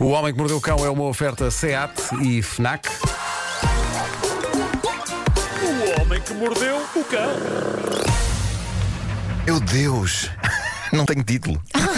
O Homem que Mordeu o Cão é uma oferta SEAT e FNAC. O homem que mordeu o cão. Meu Deus! Não tenho título. Ah,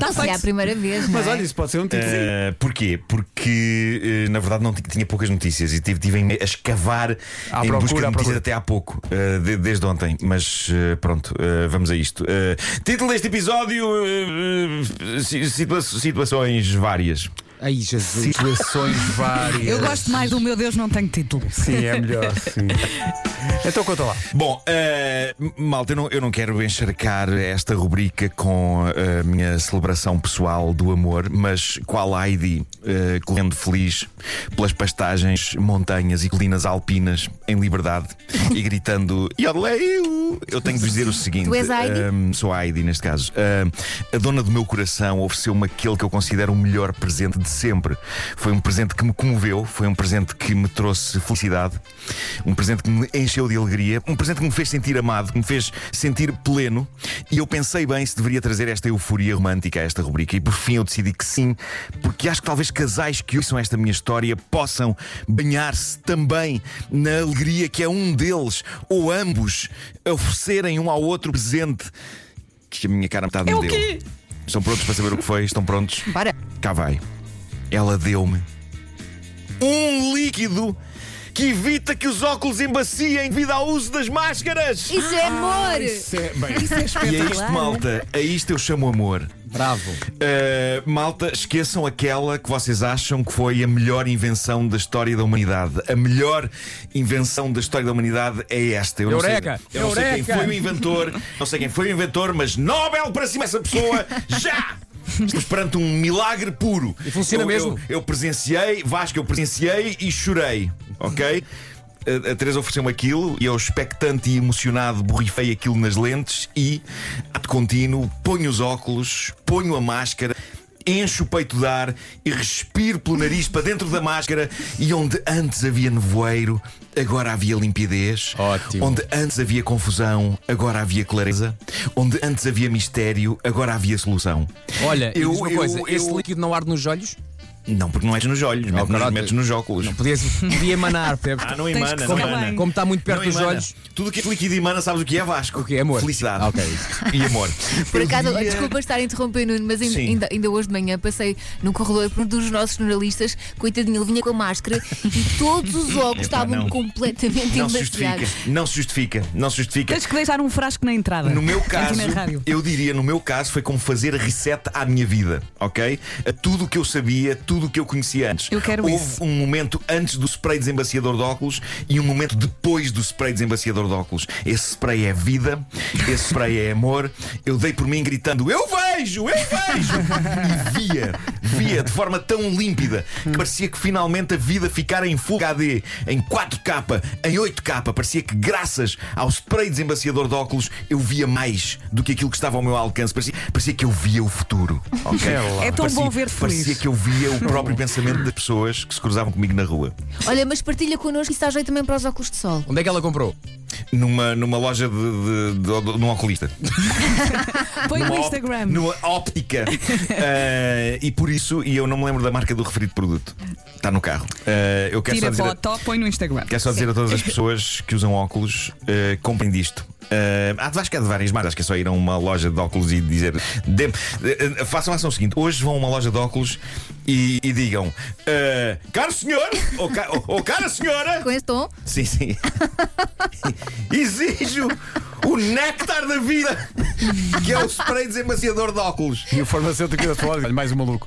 Tá Está é a ser a primeira vez, não Mas é? olha, isso pode ser um título. Eh, porquê? Porque eh, na verdade não ti- tinha poucas notícias e tive, tive em- a escavar À em procura, busca de à notícias procura. até há pouco, eh, de- desde ontem. Mas eh, pronto, eh, vamos a isto. Eh, título deste episódio: eh, si- situa- Situações várias. Ai, Jesus. Situações várias. Eu gosto mais do meu Deus não tenho título. Sim, é melhor. Sim. Então conta lá. Bom, eh, malta, eu não, eu não quero encharcar esta rubrica com eh, a minha celebração pessoal do amor, mas qual Heidi eh, correndo feliz pelas pastagens, montanhas e colinas alpinas em liberdade e gritando Yodeleu! Eu tenho de vos dizer o seguinte: Tu és a Heidi? ehm, sou a Heidi neste caso. Ehm, a dona do meu coração ofereceu-me aquele que eu considero o melhor presente de sempre. Foi um presente que me comoveu, foi um presente que me trouxe felicidade, um presente que me encheu de alegria, um presente que me fez sentir amado, que me fez sentir pleno. E eu pensei bem se deveria trazer esta euforia romântica a esta rubrica. E por fim eu decidi que sim, porque acho que talvez casais que ouçam esta minha história possam banhar-se também na alegria que é um deles ou ambos oferecerem um ao outro presente que a minha cara metade me deu. Estão prontos para saber o que foi? Estão prontos? Bora. Cá vai. Ela deu-me um líquido que evita que os óculos embaciem devido ao uso das máscaras. Isso é amor! Isso é- bem, E é isto, malta. A isto eu chamo amor. Bravo. Uh, malta, esqueçam aquela que vocês acham que foi a melhor invenção da história da humanidade. A melhor invenção da história da humanidade é esta. Eu Não Eureka! sei, eu não sei quem Eureka! foi o inventor, não sei quem foi o inventor, mas Nobel para cima essa pessoa já! Estamos perante um milagre puro. E funciona eu, mesmo. Eu, eu presenciei, Vasco, eu presenciei e chorei, ok? A, a Teresa ofereceu-me aquilo e eu, expectante e emocionado, borrifei aquilo nas lentes e, de contínuo, ponho os óculos, ponho a máscara. Encho o peito de ar e respiro pelo nariz para dentro da máscara. E onde antes havia nevoeiro, agora havia limpidez. Ótimo. Onde antes havia confusão, agora havia clareza. Onde antes havia mistério, agora havia solução. Olha, eu, Eu- diz uma eu- coisa: esse eu- líquido não arde nos olhos? Não, porque não és nos olhos, metes nos, caralho. metes nos óculos. Podia, podia emanar, percebes? Ah, não Tens emana, que não ficar emana. bem. Como está muito perto Não dos emana. olhos. Tudo que é líquido emana, sabes o que é Vasco? O que é amor? Felicidade. Ah, ok, isso. E amor. Por Eu acaso, via- desculpa estar a interromper, Nuno, mas ainda, Sim. ainda, ainda hoje de manhã passei no corredor por um dos nossos jornalistas, coitadinho, ele vinha com a máscara e todos os óculos Epá, estavam não. completamente Não se embaciados. justifica, não se justifica, não se justifica. Tens que deixar um frasco na entrada. No meu Aqui caso, na rádio. eu diria, no meu caso, foi como fazer reset à minha vida, ok? A tudo o que eu sabia, tudo o que eu conhecia antes. Eu quero Houve isso. um momento antes do spray desembaciador de óculos e um momento depois do spray desembaciador de óculos. Esse spray é vida, esse spray é amor. Eu dei por mim gritando: Eu vejo, eu vejo! E via, via de forma tão límpida que parecia que finalmente a vida ficara em Full HD, em 4K, em 8K. Parecia que, graças ao spray desembaciador de óculos, eu via mais do que aquilo que estava ao meu alcance. Parecia, parecia que eu via o futuro. ok? É tão bom ver feliz. Parecia que eu via o próprio pensamento das pessoas que se cruzavam comigo na rua. Olha, mas partilha connosco, isso dá jeito também para os óculos de sol. Onde é que ela comprou? Numa, numa loja de, de, de- de- num oculista. Põe no Numa op- Instagram. Numa óptica. Eh, e por isso, e eu não me lembro da marca do referido produto. Está no carro. Eh, eu quero Tira só dizer. a- foto, põe no Instagram. Quero só dizer a todas as pessoas que usam óculos, eh, comprem disto. Eh, há- acho que há de várias marcas, acho que é só ir a uma loja de óculos e dizer. "Dê- eh, eh, façam a ação seguinte: hoje vão a uma loja de óculos e, e digam, eh, caro senhor, ou, ca, ou- ou cara senhora, Com esse tom, sim, sim, exijo o néctar da vida, que é o spray desemaciador de óculos. E o farmacêutico da falar, olha, mais um maluco.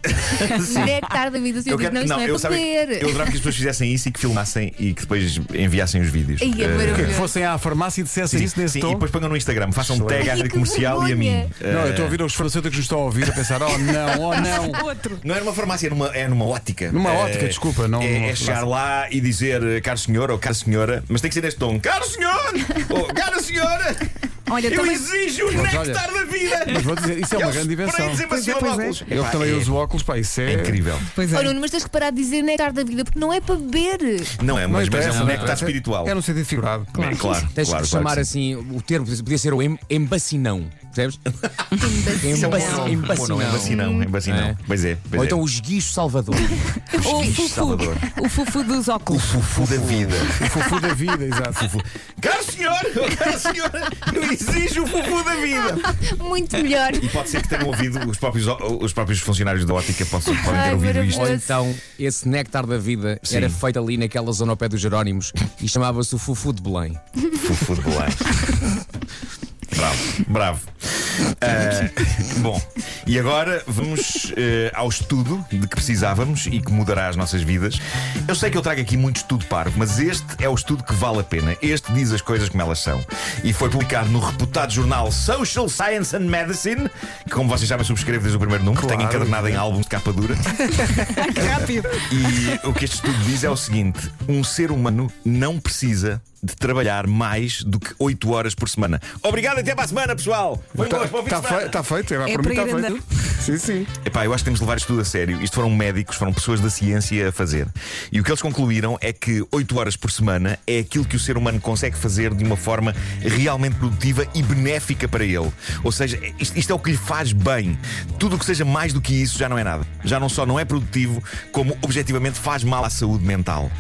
conectar da vida, assim, eu digo, não, isso não, é eu, para sabe- comer. eu adorava que as pessoas fizessem isso e que filmassem e que depois enviassem os vídeos. Ai, é Eh, maravilhoso. Que fossem à farmácia e dissessem Sim, isso nesse sim, tom. e depois ponham no Instagram, façam um tag à Ai, rádio que comercial e a vergonha. mim. Não, eu Eh, É. estou a ouvir os farmacêuticos que nos estão a ouvir a pensar, oh não, oh não. Outro. Não é numa farmácia, é numa, é numa ótica. Numa Eh, ótica, desculpa, não- É, não- é chegar lá e dizer eh, caro senhor ou caro senhora, mas tem que ser neste tom: caro senhor ou cara senhora. Olha, Eu também. exijo o Mas olha- néctar da vida! Mas vou dizer, isso é uma Eles grande invenção. prendem-se Pois é, acima de pois é. óculos. Eu que também é- uso óculos, pá, isso é. É incrível. Pois é. Olha, Nuno, mas tens que parar de dizer nectar da vida, porque não é para beber. Não é, mas, mas é interessa, um não néctar interessa. espiritual. É no sentido figurado. Claro, claro. Tens claro que chamar que sim. assim o termo, podia ser o em- embacinão, percebes? Isso é um bom Embaci- nome. Bom, não, é vacinão, é vacinão. É. Pois é, pois Ou é. então o esguicho salvador. O fufu. Salvador. O fufu dos é. O óculos. fufu da vida. O fufu da é vida, exato. Caro senhor, caro senhor, eu exijo o fufu da vida. Muito melhor. E pode ser que tenham ouvido, os próprios, os próprios funcionários da ótica podem, podem ter Ai, ouvido isto. Ou Esse- então esse néctar da vida Sim. era feito ali naquela zona ao pé dos Jerónimos e chamava-se o Fufu de Belém. Fufu de Belém. Bravo, bravo. Ah, bom, e agora vamos eh, ao estudo de que precisávamos e que mudará as nossas vidas. Eu sei que eu trago aqui muito estudo parvo, mas este é o estudo que vale a pena. Este diz as coisas como elas são. E foi publicado no reputado jornal Social Science and Medicine, que, como vocês sabem, subscrevo desde o primeiro número, tenho encadernado em álbum de capa dura. Que rápido. E o que este estudo diz é o seguinte: um ser humano não precisa de trabalhar mais do que 8 horas por semana. Obrigado, até para a semana, pessoal! Foi um bom, bom fim de Está semana. feito, tá feito, era É para mim para está ir feito. Sim, sim. Epá, eu acho que temos de levar isto tudo a sério. Isto foram médicos, foram pessoas da ciência a fazer. E o que eles concluíram é que 8 horas por semana é aquilo que o ser humano consegue fazer de uma forma realmente produtiva e benéfica para ele. Ou seja, isto, isto é o que lhe faz bem. Tudo o que seja mais do que isso já não é nada. Já não só não é produtivo, como objetivamente faz mal à saúde mental.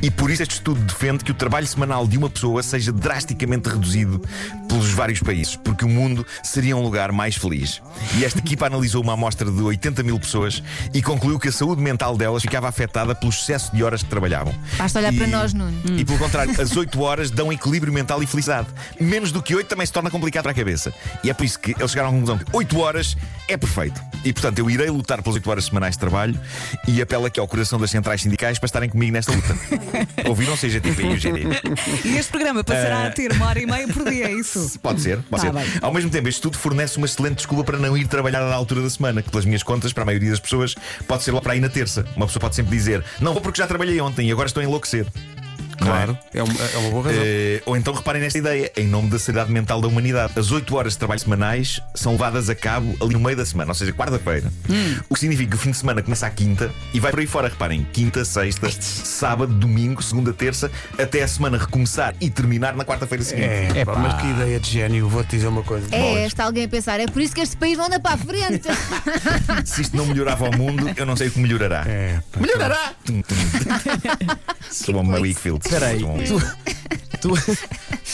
E por isso este estudo defende que o trabalho semanal de uma pessoa seja drasticamente reduzido pelos vários países, porque o mundo seria um lugar mais feliz. E esta equipa analisou uma amostra de 80 mil pessoas e concluiu que a saúde mental delas ficava afetada pelo excesso de horas que trabalhavam. Basta olhar E- para nós, Nuno. Hum. E pelo contrário, as 8 horas dão equilíbrio mental e felicidade. Menos do que 8 também se torna complicado para a cabeça. E é por isso que eles chegaram à conclusão que 8 horas é perfeito. E portanto, eu irei lutar pelas 8 horas semanais de trabalho e apelo aqui ao coração das centrais sindicais para estarem comigo nesta luta. Ouviram? Seja TP e o GD. E este programa Eh, passará a ter uma hora e meia por dia, é isso? Pode ser, pode ser. Tá bem. Ao mesmo tempo, este estudo fornece uma excelente desculpa para não ir trabalhar à altura da semana, que, pelas minhas contas, para a maioria das pessoas, pode ser lá para aí na terça. Uma pessoa pode sempre dizer: Não vou porque já trabalhei ontem e agora estou a enlouquecer. Não é? Claro, é uma, é uma boa razão. Eh, ou então reparem nesta ideia, em nome da seriedade mental da humanidade. As 8 horas de trabalho semanais são levadas a cabo ali no meio da semana, ou seja, quarta-feira. O que significa que o fim de semana começa à quinta e vai por aí fora, reparem, quinta, sexta, sábado, domingo, segunda, terça, até a semana recomeçar e terminar na quarta-feira seguinte. É, pá, mas que ideia de gênio, vou-te dizer uma coisa. É, está alguém a pensar, é por isso que este país não anda para a frente. Se isto não melhorava ao mundo, eu não sei o que melhorará. É, pá. Melhorará! Tum, tum. Sou um Malik Field. Peraí, um tu, tu,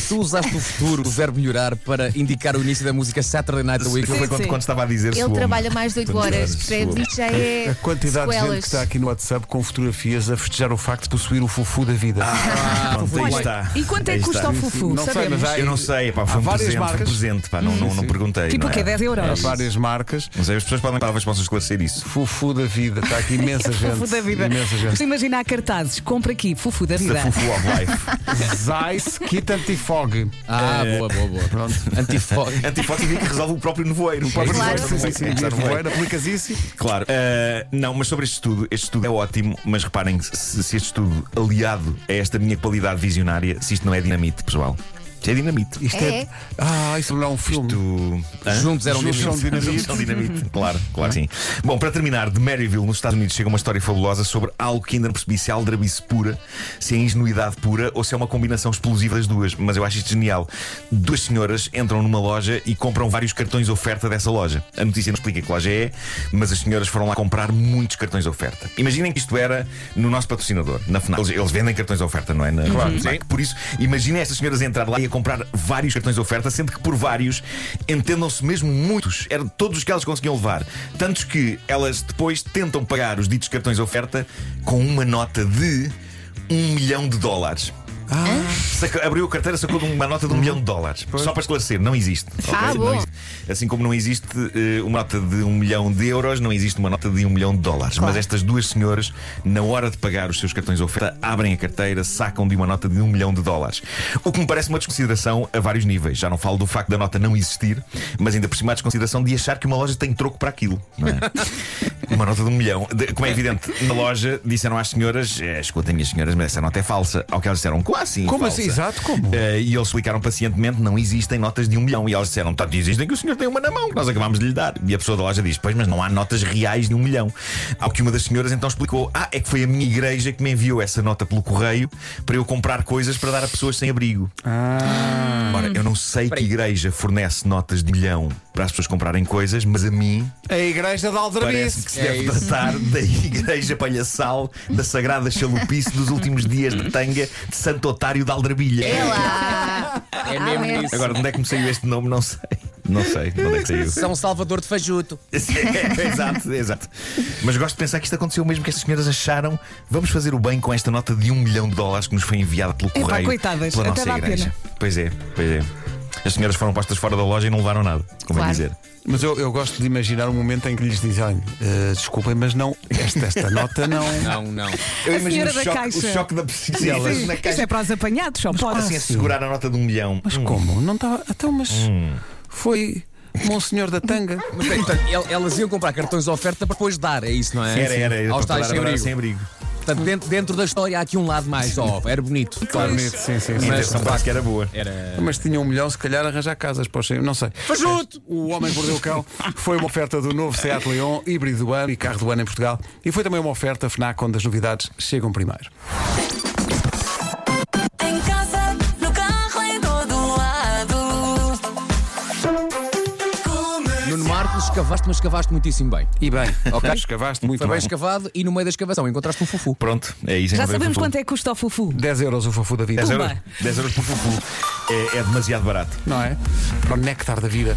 tu usaste o futuro, o verbo melhorar, para indicar o início da música Saturday Night Week. Foi quando, sim. quando estava a dizer um Ele suou-me. trabalha mais de 8 Quantas horas, horas? percebes? Suou-me. Isto já é. A quantidade de gente sequelas. que está aqui no WhatsApp com fotografias a festejar o facto de possuir o fufu da vida. Ah, pronto, aí Olha, está. E quanto é Aí que está. custa o fufu? Não sei, Sabemos. mas há- Eu não sei, pá, Há foi um várias presente, marcas. um presente, pá, não, não, não perguntei. Tipo não o quê? é? 10 Há euros? várias marcas. Não sei, as pessoas podem, talvez possam esclarecer isso. Fufu da vida, está aqui imensa gente. Fufu da vida. Imensa gente. Se imaginar cartazes, compra aqui, fufu da Da vida. Fufu of Life. Zeiss Kit Antifog. Ah, boa, É. boa, boa. Pronto. Antifog. Antifótico é que resolve o próprio nevoeiro. O próprio Claro. nevoeiro. Sim, sim, sim. É que está no nevoeiro. Voeiro, Aplicas isso. Claro. Ah, não, mas sobre este estudo, este estudo é ótimo, mas reparem que se, se este estudo aliado a esta minha qualidade visionária, se isto não é dinamite, pessoal. Isto é dinamite. Isto é. É. Ah, isso não é um filme. Isto. Hã? Juntos eram Juntos dinamite. são dinamite. São dinamite. Claro, claro que sim. Bom, para terminar, de Maryville, nos Estados Unidos, chega uma história fabulosa sobre algo que ainda não percebi se é aldrabice pura, se é ingenuidade pura ou se é uma combinação explosiva das duas. Mas eu acho isto genial. Duas senhoras entram numa loja e compram vários cartões oferta dessa loja. A notícia não explica que loja é, mas as senhoras foram lá comprar muitos cartões oferta. Imaginem que isto era no nosso patrocinador, na FNAC. Eles, eles vendem cartões oferta, não é? Na, claro. Por isso, imaginem estas senhoras a entrar lá e a comprar vários cartões oferta, sendo que por vários entendam-se mesmo muitos. Eram todos os que elas conseguiam levar. Tantos que elas depois tentam pagar os ditos cartões oferta com uma nota de um milhão de dólares. Saca- abriu a carteira, sacou de uma nota de um milhão de dólares. Só para esclarecer, não existe. Ah, ok? bom. Não existe. Assim como não existe eh, uma nota de um milhão de euros, não existe uma nota de um milhão de dólares. Mas estas duas senhoras, na hora de pagar os seus cartões de oferta, abrem a carteira, sacam de uma nota de um milhão de dólares. O que me parece uma desconsideração a vários níveis. Já não falo do facto da nota não existir, mas ainda por cima a desconsideração de achar que uma loja tem troco para aquilo. não é? Uma nota de um milhão. De- como é evidente, na loja disseram às senhoras: eh, escutem, minhas senhoras, mas essa nota é falsa. Ao que elas disseram: como assim? Como falsa?" assim? Exato, como? Eh, e eles explicaram pacientemente: não existem notas de um milhão. E elas disseram: tanto existem que o senhor tem uma na mão, que nós acabámos de lhe dar. E a pessoa da loja diz: pois, mas não há notas reais de um milhão. Ao que uma das senhoras então explicou: ah, é que foi a minha igreja que me enviou essa nota pelo correio para eu comprar coisas para dar a pessoas sem abrigo. Ah. Ora, eu não sei que igreja fornece notas de milhão para as pessoas comprarem coisas, mas a mim é A igreja da Parece que Aldrabice. se É deve isso. tratar da Igreja Palhaçal da Sagrada Chalupice dos últimos dias de tanga de Santo Otário de Aldrabilha. É lá. É Ah, mesmo é. isso. Agora, de onde é que me saiu este nome? Não sei. Não sei de onde é que saiu. São Salvador de Fajuto. exato, exato. Mas gosto de pensar que isto aconteceu mesmo que estas senhoras acharam vamos fazer o bem com esta nota de um milhão de dólares que nos foi enviada pelo Epá, correio coitadas, pela até nossa dá igreja. pena. Pois é, pois é. As senhoras foram postas fora da loja e não levaram nada, como é Claro. dizer. Mas eu, eu gosto de imaginar um momento em que lhes dizem: olha, eh, desculpem, mas não, esta, esta nota não. Não, não. Eu A imagino o senhora da choque, caixa. o choque da Sim, piscina sim. na Isto caixa. é para os apanhados, só pode. Assim, a segurar a nota de um milhão. Mas como? Não estava. Então, mas foi Monsenhor da Tanga. Mas, bem, portanto, el- elas iam comprar cartões de oferta para depois dar, é isso, não é? Era, era, era Aos para tais parar sem agora abrigo. sem abrigo. Portanto, dentro, dentro da história há aqui um lado mais. Ó, era bonito. Claro, sim, sim, A sim. Mas- Mas, intenção parece que era boa. Era. tinha um milhão, se calhar, arranjar casas para os cheios, não sei. Fajuto! O Homem que Mordeu o Cão foi uma oferta do novo Seat Leon, híbrido do ano e carro do ano em Portugal. E foi também uma oferta FNAC, onde as novidades chegam primeiro. Em casa, no carro, em todo lado. Nuno Marcos, escavaste, mas escavaste muitíssimo bem. E bem, Ok. escavaste muito Foi bem bem. escavado e no meio da escavação encontraste um fufu. Pronto, é isso. Já sabemos quanto é que custa o fufu. 10 euros o fofo da vida. 10 Pumba. euros, 10 euros por fufu. É, é demasiado barato. Não é? Para o néctar da vida.